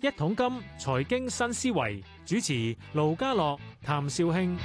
一桶金財經新思維主持盧家樂、譚紹興。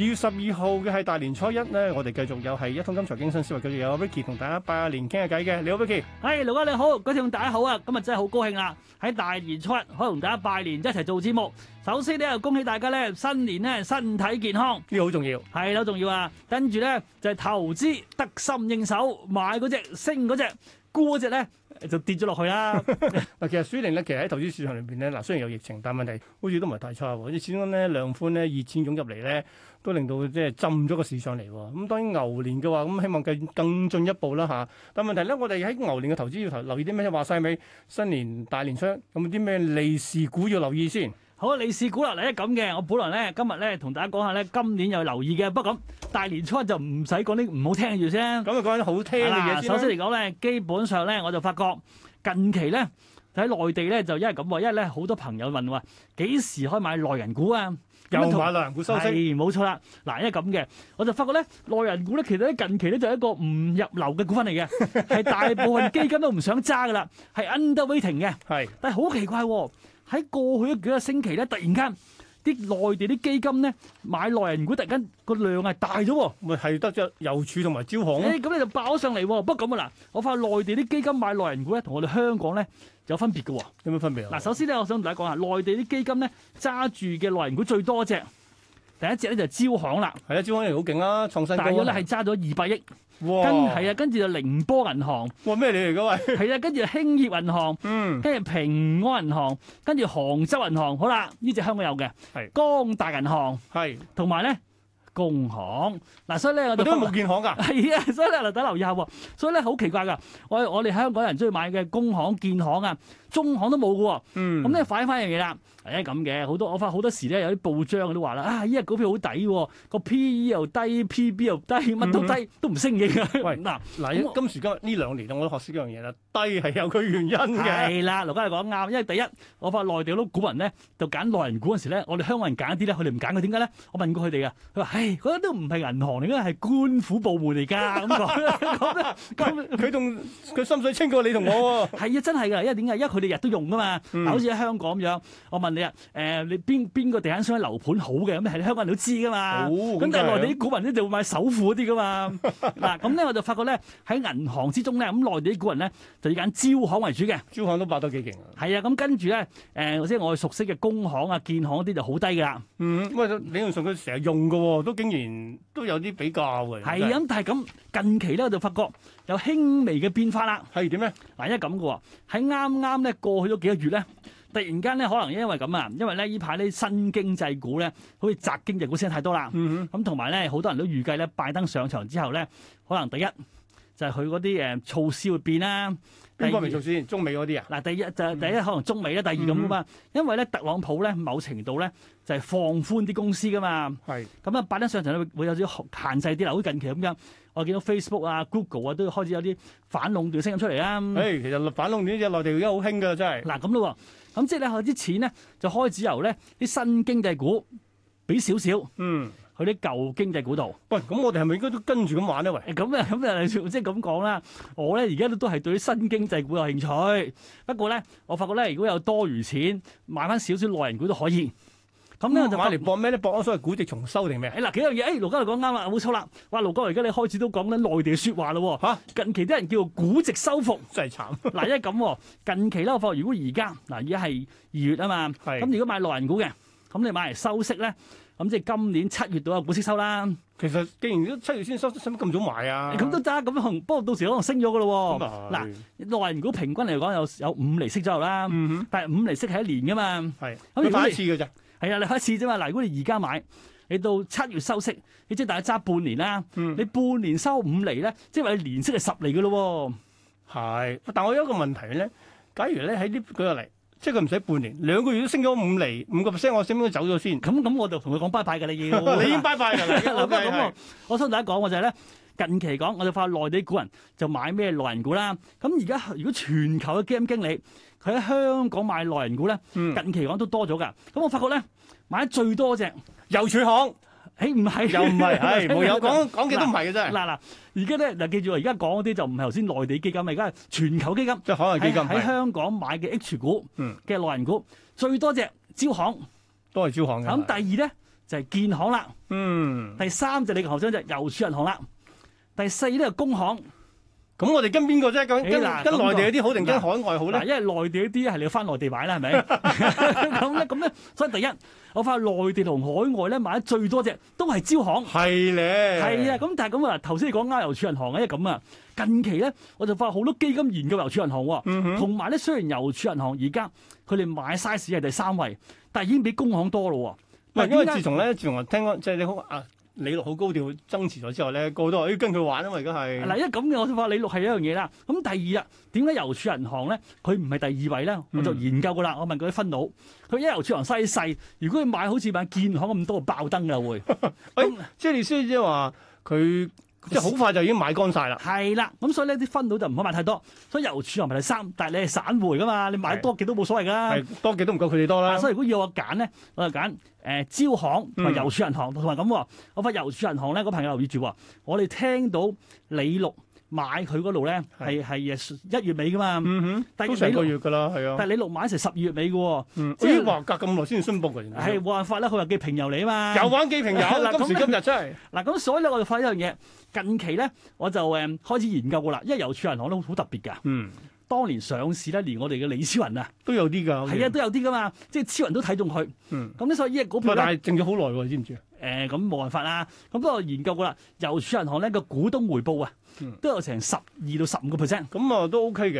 二月十二號嘅係大年初一咧，我哋繼續有係一通金財經新思維，繼續有 Vicky 同大家拜下年傾下偈嘅。你好，Vicky。係，盧家你好，嗰條大家好啊！今日真係好高興啦，喺大年初一可以同大家拜年，一齊做節目。首先咧，恭喜大家咧，新年咧身體健康，呢個好重要。係啦，仲要啊！跟住咧就係、投資得心應手，買嗰隻升嗰隻，沽嗰隻咧就跌咗落去啦。嗱，其實水寧咧，其實喺投資市場裏邊咧，嗱雖然有疫情，但問題好似都唔係太差喎。你始終咧量寬咧熱錢湧入嚟咧，都令到即係浸咗個市上嚟喎。咁當然牛年嘅話，咁希望更更進一步啦吓，但問題咧，我哋喺牛年嘅投資要投留意啲咩？話晒尾新年大年初一有冇啲咩利是股要留意先？好，利是股啦，嚟咧咁嘅，我本來咧今日咧同大家講下咧，今年有留意嘅，不過咁大年初一就唔使講啲唔好聽嘅住先。咁啊講啲好聽嘅嗱，嘢先首啦先嚟講咧，基本上咧，我就發覺近期咧喺內地咧就因為咁喎，因為咧好多朋友問話幾時可以買內銀股啊？又咁同買內銀股收息，係冇錯啦，嗱，因為咁嘅，我就發覺咧內銀股咧其實咧近期咧就係一個唔入流嘅股份嚟嘅，係大部分基金都唔想揸噶啦，係 underweighting 嘅。係但係好奇怪喎、喺過去嗰幾個星期咧，突然間啲內地啲基金咧買內銀股，突然間個量係大咗喎、咪係得咗郵儲同埋招誒行咁、你就爆咗上嚟喎、不過咁啊嗱，我發覺內地啲基金買內銀股咧，同我哋香港咧有分別嘅喎、有咩分別啊嗱，？首先咧，我想同大家講下，內地啲基金咧揸住嘅內銀股最多隻，第一隻咧就係招行啦，係啊，招行嚟好勁啊，創新高大啊約咧係揸咗二百億，跟哇，係啊，跟住就寧波 銀行，哇咩你嚟噶喂？係啊，跟住興業銀行。嗯，跟住平安銀行，跟住杭州銀行，好啦，呢只香港有嘅，係光大銀行，係，同埋咧工行。嗱、所以咧我咪啊就都冇建行㗎， 係啊，所以咧大家留意下喎。所以咧好奇怪㗎，我我哋香港人中意買嘅工行、建行啊、中行都冇嘅喎。嗯咁咧反映翻一樣嘢啦，誒咁嘅好多我發好多時咧有啲報章都話啦，啊依只股票好抵喎，個 P E 又低，PB 又低，乜都低，都唔升嘅。嗯喂 嗱咁嗱，我今時今日呢兩年我都學識一樣嘢啦，低係有佢原因嗯嘅，係啦，劉家你講得啱，因為第一我發覺內地嗰啲股民咧就揀內銀股嗰時咧，我哋香港人揀一啲咧，佢哋唔揀佢點解咧？我問過佢哋嘅，佢話：唉，嗰啲都唔係銀行嚟嘅，係官府部門嚟 㗎。咁講咁咧咁喂佢仲佢心水清過你同我喎。係啊，真係㗎，因為點解？因為佢哋日都用㗎嘛，嗯嗱好似喺香港咁樣。我問你啊，誒、你邊邊個地產商喺樓盤好嘅？咁係香港人都知㗎嘛。好啊咁但係內地地啲股民咧就會買首付嗰啲噶 嘛，嗱咁咧我就發覺咧喺銀行之中咧，咁內地啲股民咧就要揀招行為主嘅，招行都爆得幾勁啊！係啊，咁跟住咧，誒、即係我哋熟悉嘅工行啊、建行嗰啲就好低㗎啦。嗯，喂，理論上佢成日用嘅喎，都竟然都有啲比較嘅。係啊真咁，但係咁近期咧，我就發覺有輕微嘅變化啦。係，係點咧？嗱，因為咁嘅喎，喺啱啱咧過去咗幾個月咧，突然間咧，可能因為咁啊，因為咧呢排呢新經濟股咧，好似宅經濟股升得太多啦。嗯咁同埋咧，好多人都預計咧，拜登上場之後咧，可能第一就係佢嗰啲誒措施會變啦。哼，邊方面第二做先？中美嗰啲啊？嗱，第一就係第一可能中美咧，第二嗯咁啊噶嘛，因為咧特朗普咧某程度咧就係放寬啲公司噶嘛，係，咁啊拜登上場咧會有啲限制啲啦，好似近期咁樣，我見到 Facebook 啊、Google 啊都開始有啲反壟斷聲音出嚟啦。誒，其實反壟斷呢只內地而家好興㗎，真係。嗱咁咯喎，咁即係咧啲錢咧就開始由咧啲新經濟股俾少少嗯，去啲舊經濟股度，喂，咁我哋係咪應該都跟住咁玩咧？喂，誒咁啊 咁啊即係咁講啦。我咧而家都都係對啲新經濟股有興趣，不過咧我發覺咧如果有多餘錢買翻少少內銀股都可以。咁咧我就嗯買發嚟搏咩咧？搏所謂估值重收定咩？ 誒嗱幾樣嘢，誒盧家又講啱啦，冇錯啦。哇，盧家而家你開始都講緊內地嘅説話咯喎，近期啲人叫做估值收復。真係慘。嗱，因為咁喎，近期咧，我發覺如果而家嗱，而家係二月啊嘛，係咁如果買內銀股嘅，咁你買嚟收息咧，咁即係今年七月度有股息收啦，其實既然都七月先收，使乜咁早買啊？咁都得，咁可不過到時可能升咗噶咯咁喎。啊嗱，內銀股平均嚟講有有五厘息左右啦，嗯但係五厘息係一年噶嘛，哼，係，如果佢打一次嘅咋？係啊，你開始啫嘛。嗱，如果你而家買，你到七月收息，你即係大家揸半年啦，嗯你半年收五厘咧，即係話你年息係十厘噶咯喎。 係，但我有一個問題咧，假如咧喺呢舉個例，即係佢唔使半年，兩個月都升咗五厘，五個 percent，我使唔使走咗先？咁咁我就同佢講拜拜㗎啦，你要。你已經拜拜㗎啦，哦 嗱，不過咁啊係我我想同大家講，我就係咧近期講，我就發覺內地股人就買咩內銀股啦。咁而家如果全球嘅基金經理佢喺香港買內銀股咧，嗯，近期講都多咗㗎。咁我發覺咧買得最多隻郵儲行誒唔係，又唔係，係 冇有講講嘅都唔係嘅真係，啊嗱嗱，而家咧嗱，記住啊，而家講嗰啲就唔係頭先內地基金，而家係全球基金即係海外基喺金喺係香港買嘅 H 股嗯嘅內銀股最多隻招行，都係招行嘅。咁第二咧就係建行啦，嗯，第三就你嘅後生就係郵儲銀行啦，第四咧就工行。咁我哋跟邊個啫？究竟跟誒嗱跟咁內地嗰啲好定嗱跟海外好嗱，咧？因為內地嗰啲係你要翻內地買啦， 係咪？咁咧，咁咧，所以第一，我發覺內地同海外咧買得最多隻都係招行。係咧，係啊，咁但係咁啊，頭先你講啱郵儲銀行咧咁啊，近期咧我就發覺好多基金研究郵儲銀行喎，嗯哼，同埋咧雖然郵儲銀行而家佢哋買 size 係第三位，但係已經比工行多咯唔喎。係因為點解自從咧，自從我聽講即係你好啊，李樂好高調增持咗之後咧，個個都話要跟佢玩啊嘛，而家係嗱，因為咁嘅，我就話李六係一樣嘢啦。咁第二啊，點解郵儲銀行咧，佢唔係第二位咧？我就嗯研究噶啦，我問佢啲分佬，佢因為郵儲銀行西細，如果佢買好似買建行咁多，爆燈噶 會。即係你意思即係話佢即係好快就已經買乾晒啦。係啦，咁所以呢啲分佬就唔好買太多。所以郵儲銀行係第三，但係你係散戶嚟噶嘛，你買多幾都冇所謂噶。係多幾都唔夠佢哋多啦啊，，所以如果要我揀咧，我就揀誒、呃招行嗯同埋郵儲銀行，同埋咁喎。我發郵儲銀行咧，個朋友留意住喎，我哋聽到李六買佢嗰度咧係係一月尾噶嘛。嗯哼，第二都成個你月㗎啦，係啊，但係你六買成十二月尾嘅喎，嗯，即係咦話隔咁耐先宣佈㗎，原來係冇辦法啦，佢話嘅平郵你啊嘛。又玩幾瓶友 嗱，咁今時今日真係嗱咁，所以咧我就發現一樣嘢，近期咧我就誒開始研究過啦，因為郵儲銀行都好特別㗎。嗯當年上市咧，連我哋嘅李超人啊，都有啲㗎，好似係啊，都有啲㗎嘛，即係超人都睇中佢。嗯，咁咧所以呢隻股唔係票但咧係靜咗好耐喎，你知唔知？誒咁冇辦法啦。咁不過我研究過啦，郵儲銀行咧個股東回報啊嗯，都有成十二到十五個 percent。咁啊都 OK 咁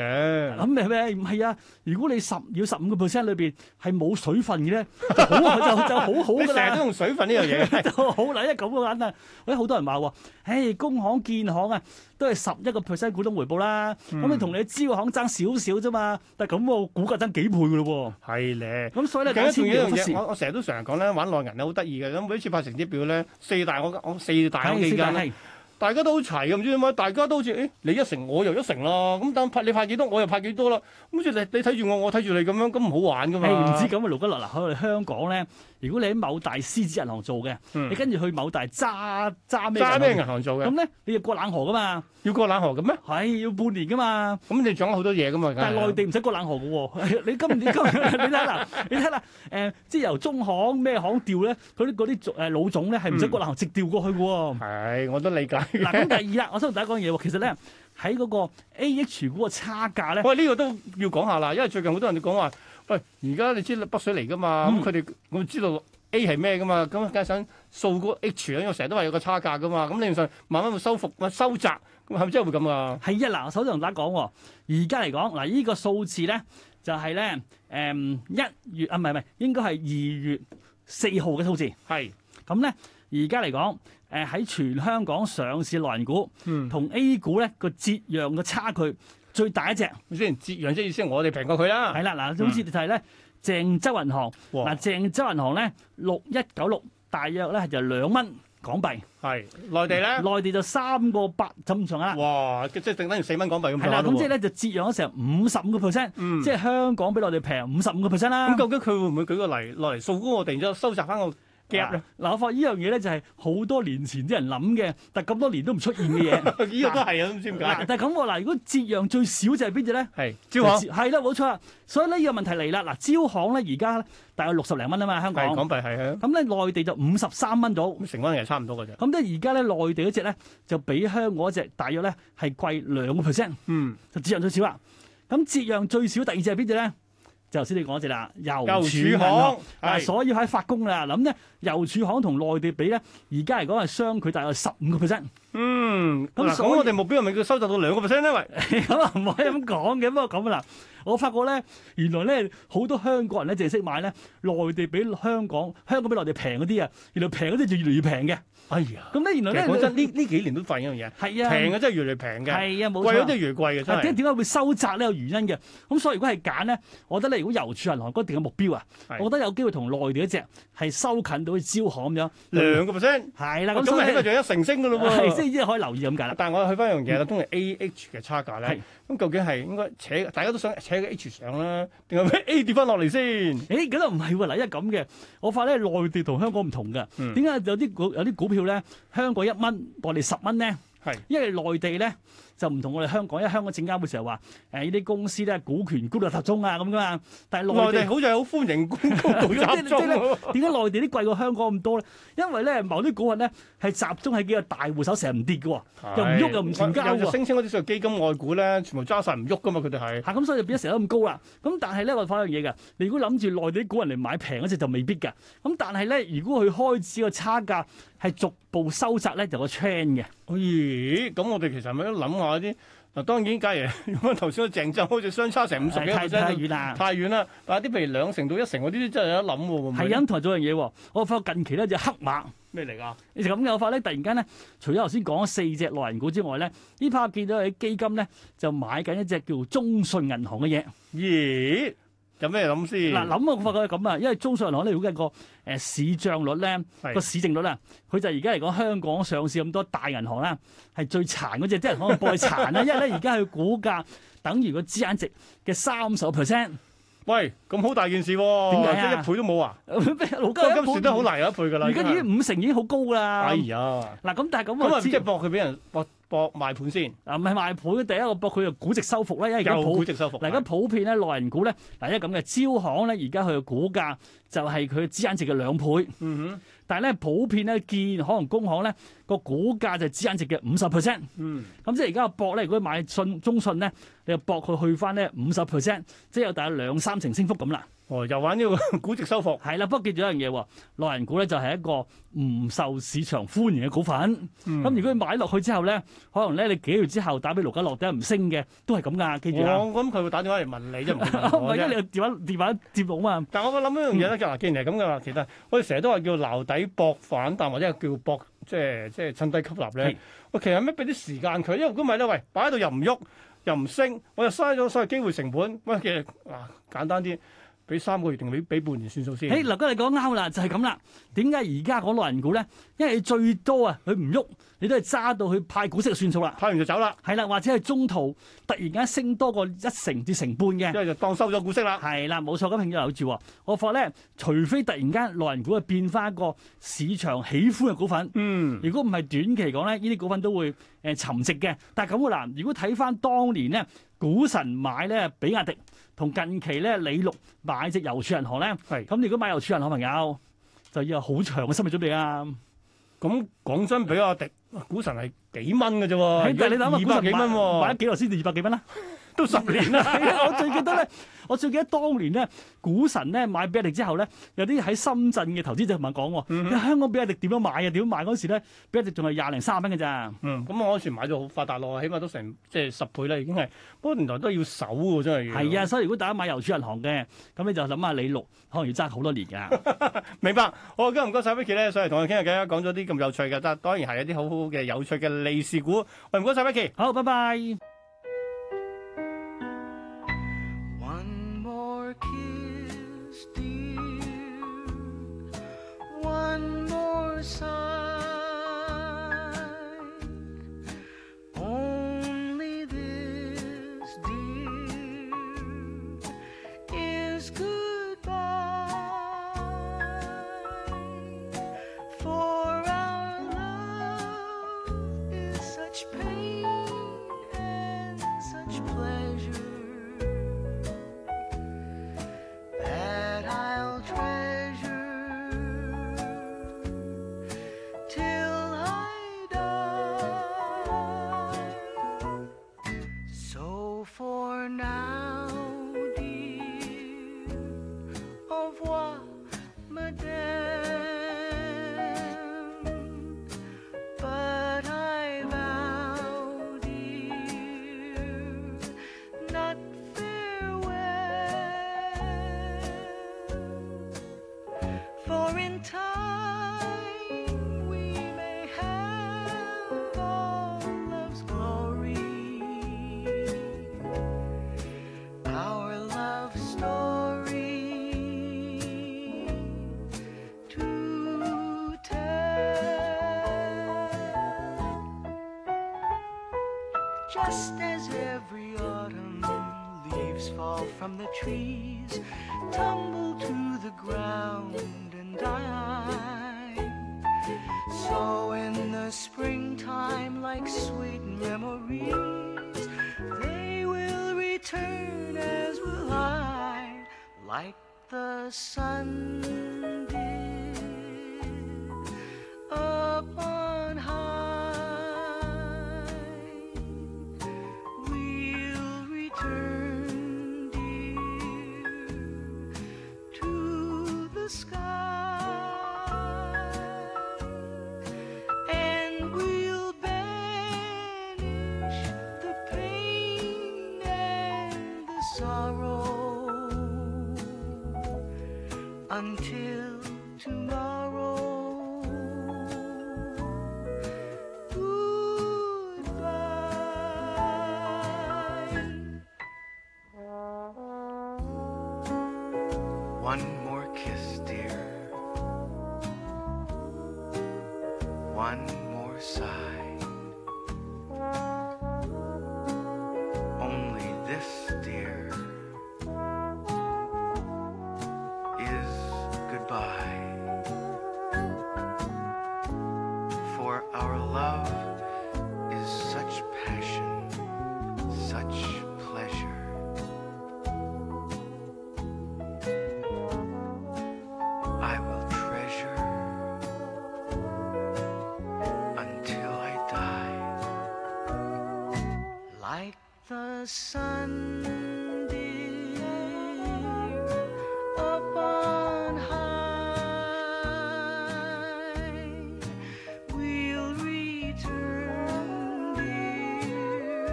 嘅，你係咪唔係啊？如果你十要十五個 percent 裏邊係冇水分嘅咧，就好就就好好你㗎成啦日都。用水分呢樣 嘢，都好啦，因為咁嘅眼啊，喂，好多人話喎，唉，工行、建行啊，都係十一個 percent 股東回報啦，嗯咁、你同你招行爭少少啫嘛，但係咁喎，股價爭幾倍嘅咯係咧。喎，咁所以咧，更加大家重千要一樣祈忽嘢，視，我我成日都成日講咧，玩內銀咧好得意嘅。咁每一次發成績表咧，四大我我四大我係記四大間咧，係大家都好齊嘅，唔知點解，大家都好似誒、咦你一成我又一成啦，咁等派你派幾多我又派幾多啦，咁好似你你睇住我我睇住你咁樣，咁唔好玩噶嘛。誒唔止咁啊，盧吉樂嗱，喺我哋香港咧，如果你喺某大獅子銀行做嘅，嗯你跟住去某大揸揸咩銀揸行咩銀行做啊嘅？咁咧，你要過冷河噶嘛，要過冷河嘅咩？係要半年噶嘛。咁你掌握好多嘢噶嘛。但係內地地唔使過冷河嘅喎， 你今年今你睇啦，你睇啦，誒、即係由中行咩行調咧，嗰啲嗰啲族誒老總咧係唔使過冷河直調過去嘅 喎。係我都理解嘅。嗱咁第二啦，我想同大家講嘢喎，其實咧喺嗰個 A H 股嘅差價咧， 喂，呢、個都要講下啦，因為最近好多人都講話，喂，而家你知啦北水嚟噶嘛，嗯咁佢哋我知道 A 係咩噶嘛，咁梗係想掃嗰 H 啦，因為成日都話有個差價噶嘛，咁理論上慢慢會收復、咪收窄，咁係咪真係會咁啊？係一嗱，我首先同大家講喎，而家嚟講嗱，呢個數字咧就係咧誒一月啊，唔係唔係，應該係二月四號嘅數字。係，咁咧而家嚟講，誒喺全香港上市內銀股嗯，同 A 股咧個折讓嘅差距最大一隻。先折讓即係意思係我哋平過佢啦係。啦，嗱，好似就係咧鄭州銀行，嗯哇嗱，鄭州銀行咧六一九六，大約咧就兩蚊港幣，係內地咧，內地就三個八咁上下啦。啊哇，嗯即係剩等於四蚊港幣咁係上啦，下咯咁即係喎。咧就折讓咗成五十五個 percent，嗯即係香港比內地平五十五個 percent 啦。啊咁究竟佢會唔會舉個例落嚟掃高我哋，然之後收窄翻個 gap 咧？嗱，我發現呢樣嘢咧就係好多年前啲人諗嘅，但咁多年都唔出現 嘅嘢。呢個都係啊，都唔知點嗱，解。但係咁喎，嗱，如果折讓最少就係邊只咧？係，招行就係啦，冇錯啊。所以呢個問題嚟啦。嗱，招行咧而家大約六十零蚊啊嘛，香係港。港幣係啊，咁咧內地就五十三蚊到。咁成班人係差唔多嘅啫。咁咧而家咧內地嗰只咧就比香港嗰只大約咧係貴兩個 percent，嗯，就折讓最少啦。咁折讓最少第二隻係邊只咧？就頭先你講嗰只啦，郵舊儲銀儲行。行啊，係。所以喺發工啦，諗咧郵儲行同內地比咧，而家嚟講係相距大概十五個 percent，嗯，咁嗱，所咁以我哋目標係咪叫收集到兩個 percent 咧？喂，咁啊 唔可以咁講嘅，不過咁啦，啊我發覺咧原來咧好多香港人咧淨係識買咧內地比香港香港比內地平嗰啲啊，原來平嗰啲就越嚟越平嘅，哎呀，咁其咧原實來咧講真，呢呢幾年都發現一樣嘢，係啊平嘅真係越嚟越平嘅，係啊冇貴錯嘅。真係越嚟越貴嘅，真啊點係。點解會收窄呢？有原因嘅。咁所以如果係揀咧，我覺得咧，如果郵儲銀行嗰定嘅目標啊，係我覺得有機會同內地嗰只係收近到去招行咁樣。兩個 percent，係啦，咁咁所咪以起碼呢仲有一成升嘅咯 係即喎。係即係可以留意咁解啦。但係我去翻一樣嘢啦，通常 A H 嘅差價咧，咁究竟係應該扯，大家都想扯睇個 H 上啦，定係咩 A 跌翻落嚟先？誒咁又唔係喎，嗱，因為咁嘅，我發咧內地同香港唔同嘅。嗯點解有啲股有啲股票咧，香港一蚊，我哋十蚊咧？係因為內地咧就唔同我哋香港，因為香港證監會成日話誒呢啲公司咧股權高度集中啊咁噶嘛，但係內內地地好似係好歡迎高度 集中喎。點解內地啲貴過香港咁多咧？因為咧某啲股份咧係集中喺幾個大戶手，成日唔跌嘅喎。又唔喐又唔成交啊喎有就聲稱嗰啲所謂基金外股咧，全部揸晒唔喐噶嘛，佢哋係。啊嚇咁、所以就變咗成日都咁高啦。咁但係咧，我哋翻一樣嘢嘅，你如果諗住內地啲股人嚟買平嗰只就未必㗎。咁但係咧，如果佢開始個差價係逐步收窄咧，就有個 trend 嘅。咦？咁我哋其實咪都諗下啲嗱，當然假如 用翻頭先嘅鄭州，好似相差成五十幾個太太 percent，遠啦。太遠啦。但係啲譬如兩成到一成嗰啲真係有得諗喎會唔會，係咁同埋做樣嘢喎，我發覺近期咧就黑馬。咩嚟㗎？你就咁嘅法咧，突然間咧，除咗頭先講四隻內銀股之外咧，呢排我見到有啲基金咧就買緊一隻叫中信銀行嘅嘢。咦？有咩諗先？嗱諗啊，我發覺係咁啊，因為中信銀行咧，如果計個誒市漲率咧，係個市淨率啦，佢就而家嚟講香港上市咁多大銀行啦，係最殘嗰只，啲人可能報佢 殘啦，因為咧而家佢股價等於個資產值嘅三十 percent，喂，咁好大件事喎，點解即係啊一倍都冇啊！ 老今家今時都好，難有一倍㗎啦。而家已係經五成已經好高啦哎。呀，嗱咁但啊係咁咁我啊，即知係搏佢俾人搏搏賣盤先，啊唔係賣盤，第一個博佢就估值收復啦，因為而家有普估值收復。嗱，而家普遍咧內銀股咧，嗱，因為咁嘅招行咧，而家佢嘅股價就係佢資產值嘅兩倍，嗯哼，但係咧普遍咧建可能工行咧個股價就係資產值嘅五十 percent，嗯，咁即係而家博咧，如果買信中信咧，你就博佢去翻咧五十 percent，即係有大概兩三成升幅咁啦。哦，又玩呢個 估值收復。係啦，不過記住一樣嘢喎，內銀股咧就係一個唔受市場歡迎嘅股份，咁、咁如果你買落去之後咧，可能咧你幾個月之後打俾盧家樂，點解唔升嘅，都係咁噶，記住啊！我諗佢會打電話嚟問你啫，唔會問 唔我係因啫為你電話電話接啊冇嘛。但我諗一樣嘢咧，嗱，既然係咁嘅話，其實我哋成日都話叫撈底搏反彈，或者係叫搏即係即係趁低吸納係咧。我其實咩俾啲時間佢，因為如果唔係咧，喂，擺喺度又唔喐，又唔升，我又嘥咗所謂機會成本。喂，其實嗱簡單啲，俾三個月定俾俾半年算數先。誒，劉哥你講啱啦，就係咁啦。點解而家講內銀股咧？因為最多啊，佢唔喐，你都係揸到佢派股息就算數啦。派完就走啦，係啦，或者係中途突然間升多過一成至成半因嘅。為就當收咗股息啦。係啦，冇錯，咁拼咗留住喎。我發咧，除非突然間內銀股啊變翻一個市場喜歡嘅股份，嗯，如果唔係短期講咧，呢啲股份都會誒沉寂嘅。但係咁嘅嗱，如果睇翻當年咧，股神買咧比亞迪，同近期咧李六買只郵儲銀行咧，係咁你如果買郵儲銀行朋友，就要有好長嘅心理準備啊！咁講真，俾阿迪股神係幾蚊嘅啫喎係，但係你諗下，哦二百幾蚊買買喎嗯咗，幾耐先至二百幾 蚊啦？啊都十年啦。係 啊我最記得咧，我最記得當年咧，股神咧買比亞迪之後咧，有啲喺深圳嘅投資者同我講嗯喎，你香港比亞迪點樣買啊？點樣買嗰時咧，比亞迪仲係廿零三蚊嘅咋？嗯，咁我嗰時買咗好發達咯，起碼都成即係十倍啦，已經係。不過原來都要守喎，真係。係啊，，所以如果大家買郵儲銀行嘅，咁你就諗下李六可能要揸好多年㗎。明白。好，今日唔該晒 Vicky 咧，上嚟同我傾下偈啊，講咗啲咁有趣嘅，但係當然係一啲好好嘅有趣嘅利是股。喂，唔該晒 Vicky。好，拜拜。 One more kiss, dear. One more sigh. Only this, dear, is goodbye. For our love is such pain and such pleasure that I'll treasure till I die. So for now, dear, au revoir, madame. But I vow, dear, not farewell. For in time we may have all love's glory our love story to tell. Just as every autumn leaves leaves fall from the trees, tumble to the ground and die. So in the springtime, like sweet memories, they will return as will I, like the sun did upon high we'll return, dear, to the sky, and we'll banish the pain and the sorrow until tomorrow. Goodbye. One more kiss, dear. One more sigh. Only this, dear, is goodbye. For our love is such passion, such pleasure. I will treasure until I die, like the sun did upon high. We'll return, dear,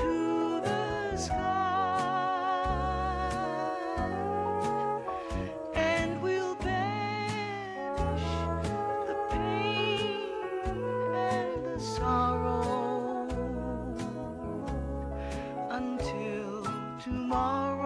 to the sky, and we'll banish the pain and the sorrow until tomorrow.